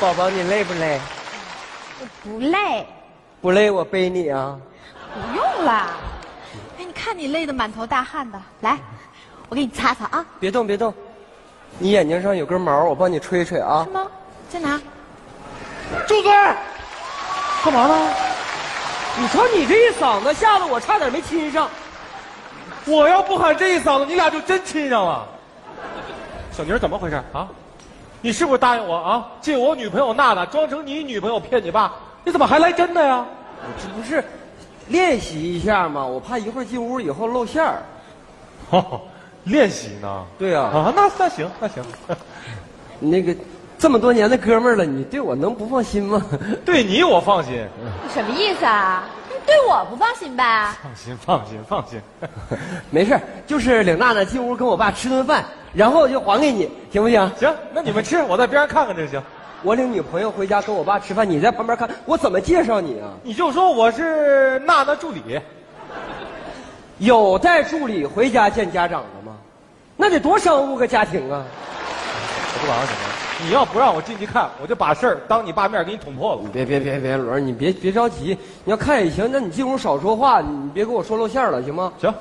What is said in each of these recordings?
宝宝，你累不累？不累，不累，我背你啊。不用啦。哎，你看你累得满头大汗的，来，我给你擦擦啊。别动，别动。你眼睛上有根毛，我帮你吹吹啊是。吗？在哪？住嘴！干嘛呢？你瞧你这一嗓子，吓得我差点没亲上。我要不喊这一嗓子，你俩就真亲上了。小妮儿怎么回事啊？你是不是答应我啊，借我女朋友娜娜装成你女朋友骗你爸？你怎么还来真的呀？这不是练习一下吗？我怕一会儿进屋以后露馅儿。哦，练习呢？对呀、啊，那那行，那行。 你那个这么多年的哥们儿了，你对我能不放心吗？ 对你我放心，你什么意思啊？你对我不放心呗？放心，放心，放心。没事儿，就是领娜娜进屋跟我爸吃顿饭，然后我就还给你，行不行？ 行，那你们吃，我在边上看看就行。我领女朋友回家跟我爸吃饭，你在旁边看，我怎么介绍你啊？你就说我是娜娜助理，有带助理回家见家长的吗？那得多伤误个家庭啊！我这玩意儿怎么样？你要不让我进去看，我就把事儿当你爸面给你捅破了你。别别别别，伦儿，你别别着急，你要看也行，那你进屋少说话，你别给我说露馅儿了，行吗？行，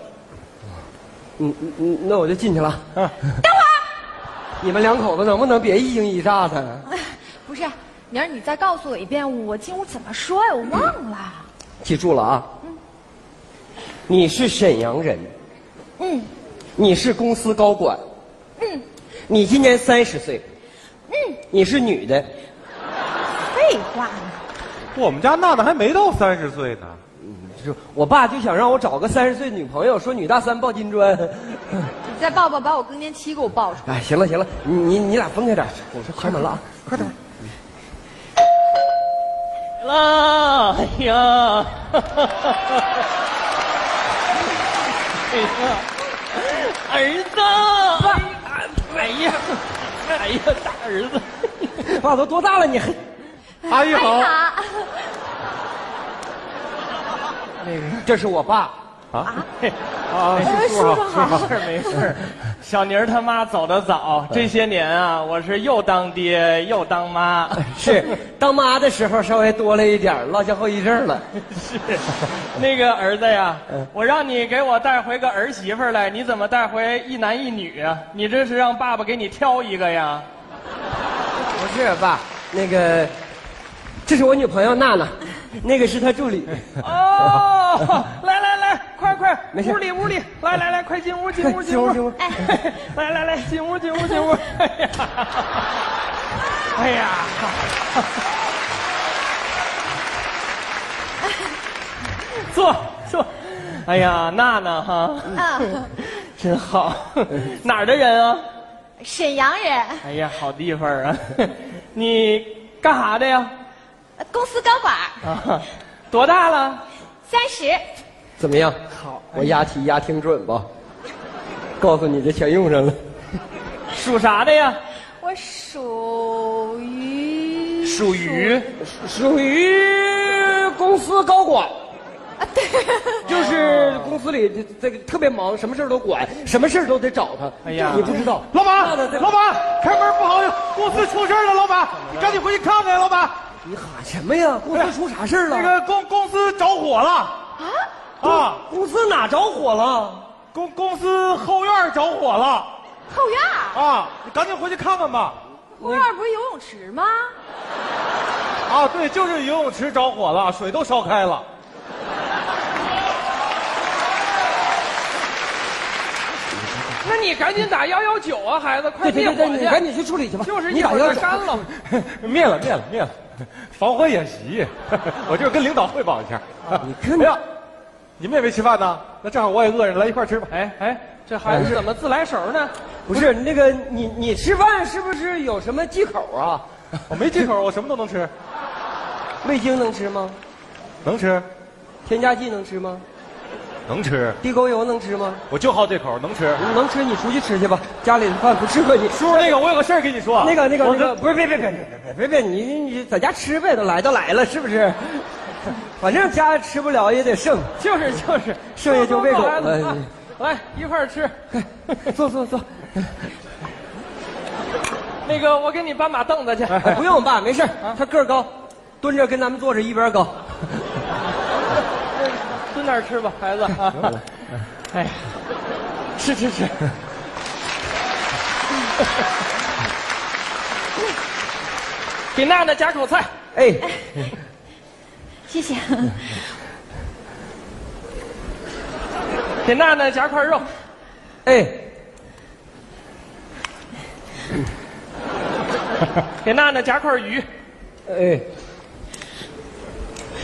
嗯嗯嗯，那我就进去 了。嗯，你们两口子能不能别一惊一乍的？ 不是，明儿你再告诉我一遍，我进屋怎么说呀？我忘了。记住了啊，你是沈阳人，嗯你是公司高管，嗯，你今年三十岁，嗯，你是女的，废话呢。我们家娜娜还没到三十岁呢。就是我爸就想让我找个三十岁女朋友，说女大三抱金砖。 你再抱抱，把我更年期给我抱出来。哎，行了行了，你你你俩分开点，我说开门了啊，快点。啦哎呀！哎呀，儿子！哎呀，哎呀，大儿子！爸都多大了你还？阿姨好，啊那个，这是我爸。啊，啊哎叔叔好没事没事。小妮儿他妈走得早，这些年啊，我是又当爹又当妈。是 当妈的时候稍微多了一点儿落下后遗症了。是，那个儿子呀，我让你给我带回个儿媳妇儿来，你怎么带回一男一女啊？你这是让爸爸给你挑一个呀？不是爸，那个，这是我女朋友娜娜，那个是她助理。哦，来来来，快快没，事屋里屋里，来来来，快进屋进快屋进 屋进屋哎， 来来来，进屋进屋 进屋。哎呀，哎呀， 坐坐。哎呀，娜娜哈，啊，真好， 哪儿的人啊？沈阳人，哎呀，好地方啊！ 你干啥的呀？呃公司高管，啊，多大了？三十。怎么样？好，哎我押题押挺准吧？告诉你，这全用上了。属啥的呀？我属于属鱼。哎属于公司高管，啊，对，就是公司里这这个特别忙，什么事儿都管，什么事儿都得找他。哎呀你不知道，老板娜娜在，老板，开门不好，公司出事儿了，老板，你赶紧回去看看呀，老板，你喊什么呀？公司出啥事儿了？那个公公司着火了，啊，公司哪着火了？公公司后院着火了，后院儿，啊，你赶紧回去看看吧，后院儿不是游泳池吗？啊，对，就是游泳池着火了，水都烧开了， 那你赶紧打幺幺九啊，孩子，快对灭对火对，去！你赶紧去处理去吧。就是你一打会幺儿九就干了。灭了，灭了，灭了，防火演习， 我就是跟领导汇报一下，你看哎呀， 你们也没吃饭呢，那正好我也饿着，来一块儿吃吧，哎哎，这孩子怎么自来熟呢？不是那个你你吃饭是不是有什么忌口啊？我没忌口，我什么都能吃，味精能吃吗？能吃，添加剂能吃吗？能吃，地沟油能吃吗？我就好这口，能吃。能吃你出去吃去吧，家里的饭不适合你。叔，那个我有个事儿跟你说，那个那个我那个，不是别别别别别别别，你你在家吃呗，都来都来了，是不是？ 反正家吃不了也得剩，就是就是，剩下就喂狗了坐坐坐孩子哎啊来一块儿吃。坐坐坐。那个，我给你搬把凳子去。哎，不用，爸，没事儿，啊他个儿高，蹲着跟咱们坐着一边高。蹲那儿吃吧，孩子。啊哎呀，吃吃吃。 给娜娜夹口菜。哎，谢谢。啊给娜娜夹块肉，哎，给娜娜夹块鱼，哎，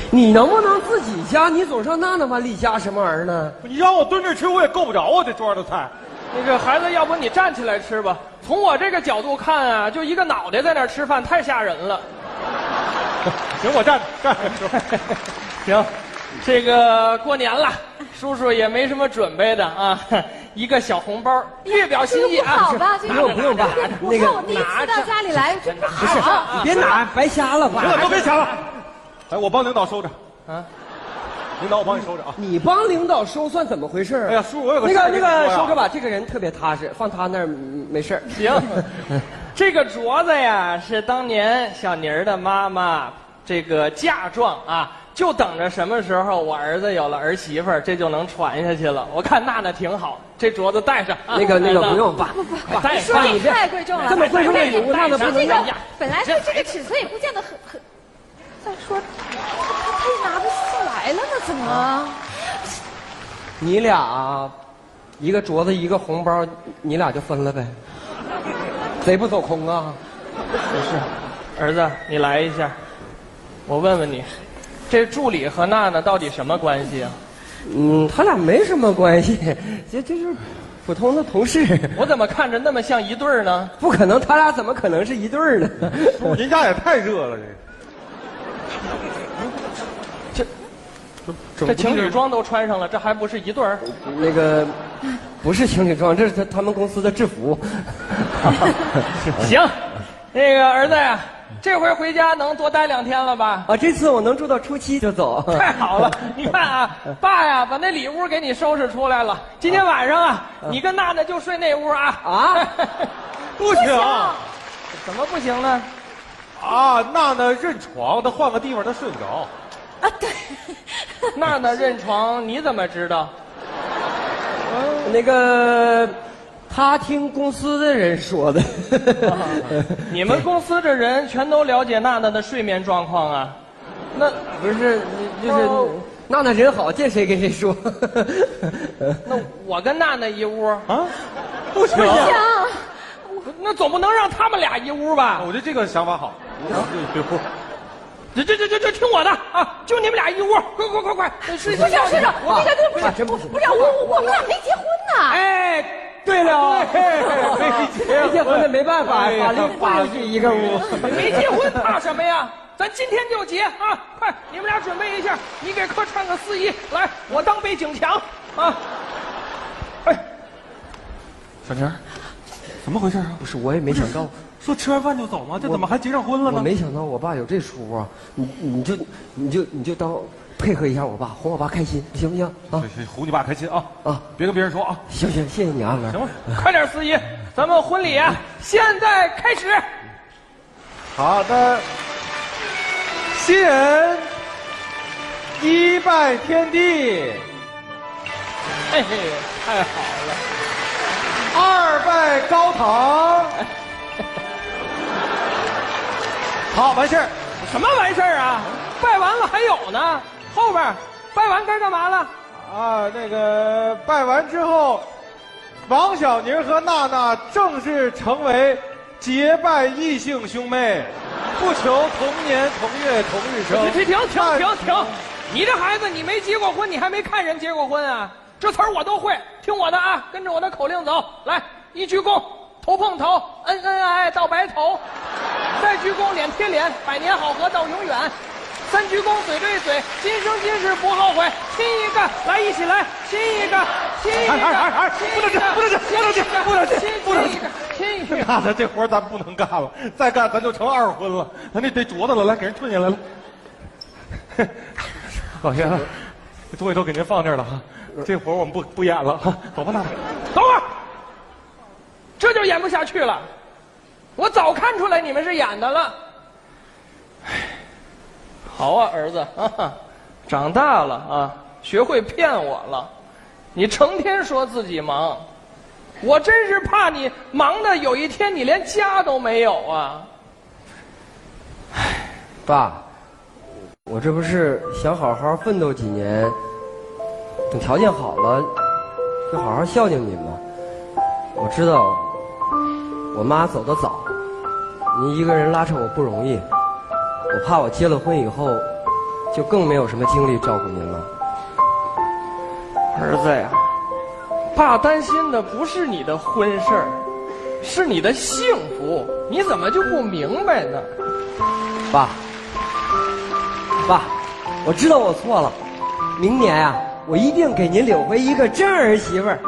你能不能自己夹？你总上娜娜碗里夹什么玩意儿呢？你让我蹲着吃，我也够不着啊，这桌上的菜。那个孩子，要不你站起来吃吧？从我这个角度看啊，就一个脑袋在那儿吃饭，太吓人了。行，我站着站 着吃。 行，这个过年了，叔叔也没什么准备的啊， 一个小红包，略表心意啊。这个不好吧？这个不用不用爸我那个看我第一次到家里来，这不好啊。你别拿，白瞎了行了，吧？都别抢了。哎，我帮领导收着。啊，领导，我帮你收着啊。你帮领导收算怎么回事？啊哎呀，，叔，我有个那事儿个跟那你说个呀收着吧，这个人特别踏实，放他那儿嗯没事儿。 行，这个镯子呀是当年小妮儿的妈妈这个嫁妆啊，就等着什么时候我儿子有了儿媳妇儿，这就能传下去了。我看娜娜挺好，这镯子戴上。啊那个那个戴上不用爸，爸戴说上。啊你这别太贵重了，这么贵重的礼物，娜哎娜不这能啊个要。本来说这个尺寸也不见得很很，再说他他也拿不下来了呢，怎么？你俩啊一个镯子一个红包，你俩就分了呗，贼不走空啊！儿子，你来一下，我问问你，这助理和娜娜到底什么关系啊？嗯，他俩没什么关系，这这就是普通的同事，我怎么看着那么像一对儿呢？不可能，他俩怎么可能是一对儿呢？叔， 您家也太热了，这这这这情侣装都穿上了，这还不是一对儿？那个不是情侣装，这是他他们公司的制服。 行，那个儿子呀，这回回家能多待两天了吧？啊，这次我能住到初七就走。 太好了，你看啊，爸呀，把那里屋给你收拾出来了。今天晚上啊，你跟娜娜就睡那屋啊。啊，不行啊 怎么不行呢？啊！娜娜认床，她换个地方她睡不着。啊，对，娜娜认床，你怎么知道？那个他听公司的人说的。 你们公司这人全都了解娜娜的睡眠状况啊？那不是，你就是哦娜娜人好，见谁跟谁说。那我跟娜娜一屋，啊，不行、啊不行，那总不能让他们俩一屋吧我？觉得这个想法好。哎这这这这这听我的啊！就你们俩一屋，快快快快，睡不行，睡觉去先生，我那个对不啊起，真不行不是我我我们俩没结婚呢，哎，对了，没 结没结婚的没办法，哎呀法律法律一个哎屋。没结婚怕什么呀？咱今天就结啊！快，你们俩准备一下，你给客穿个丝衣，来，我当背景墙啊！哎，小宁儿，怎么回事啊？不是，我也没想到，说吃完饭就走吗？这我怎么还结上婚了我呢？没想到我爸有这出啊！你你就你就你就当配合一下我爸，哄我爸开心，行不行啊行，？行哄你爸开心啊啊啊！别跟别人说啊，行行，谢谢你啊，行哥。吧？快点，司仪，咱们婚礼啊，现在开始。好的，新人一拜天地，哎嘿嘿，太好了。二拜高 堂。好，完事儿。什么完事儿啊？拜完了还有呢，后边儿拜完该干嘛了？啊，那个拜完之后，王小宁和娜娜正式成为结拜异性兄妹，不求同年同月同日生。哎停停停停但停！你这孩子，你没结过婚，你还没看人结过婚啊？这词儿我都会，听我的啊，跟着我的口令走。来，一鞠躬，头碰头，恩恩爱爱到白头；再鞠躬，脸贴脸，百年好合到永远；三鞠躬，嘴对嘴，今生今世不后悔。亲一个，来一起来，亲一个，亲一个，哎哎哎哎亲一不个能这样不能这样不能这样不能这样不能这样亲一个，亲一个。娜娜这活儿咱不能干了，再干咱就成二婚了。咱这得镯子了，来给人吞下来了。 老先生，这东西都给您放这儿了哈，这活儿我们不不演了哈，走吧，娜娜。等会儿，这就演不下去了。我早看出来你们是演的了。好啊，儿子啊，长大了啊，学会骗我了。你成天说自己忙，我真是怕你忙的有一天你连家都没有啊。爸，我这不是想好好奋斗几年，等条件好了，就好好孝敬您吗？我知道，我妈走得早，您一个人拉扯我不容易，我怕我结了婚以后，就更没有什么精力照顾您了。儿子呀，爸担心的不是你的婚事儿，是你的幸福。你怎么就不明白呢？爸，爸，我知道我错了，明年呀、我一定给您领回一个真儿媳妇儿，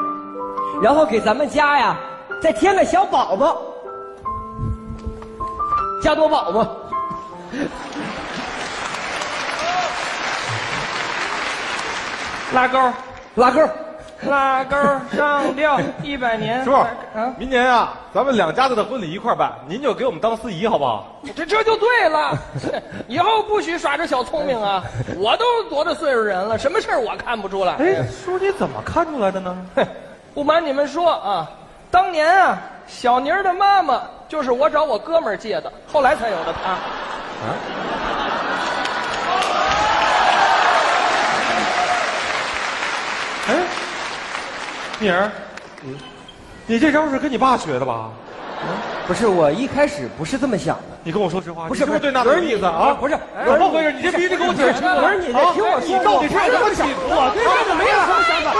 然后给咱们家呀再添个小宝宝，加多宝吗？拉钩儿，拉钩儿，拉钩儿上吊一百年。师傅啊，，明年啊，咱们两家子的婚礼一块儿办，您就给我们当司仪好不好？这这就对了， 以后不许耍这小聪明啊！我都多大岁数人了，什么事儿我看不出来。哎，叔你怎么看出来的呢？不瞒你们说啊，当年啊，小妮儿的妈妈就是我找我哥们儿借的，后来才有的她。哎，妮儿，嗯你这招是跟你爸学的吧？不是，我一开始不是这么想的。你跟我说实话，不是你不不是是对那的意思啊？不是怎么回事？你这鼻子给我解释啊不是不是你这听我说哎啊你到底是怎么想的？啊我对这个没有什么想法。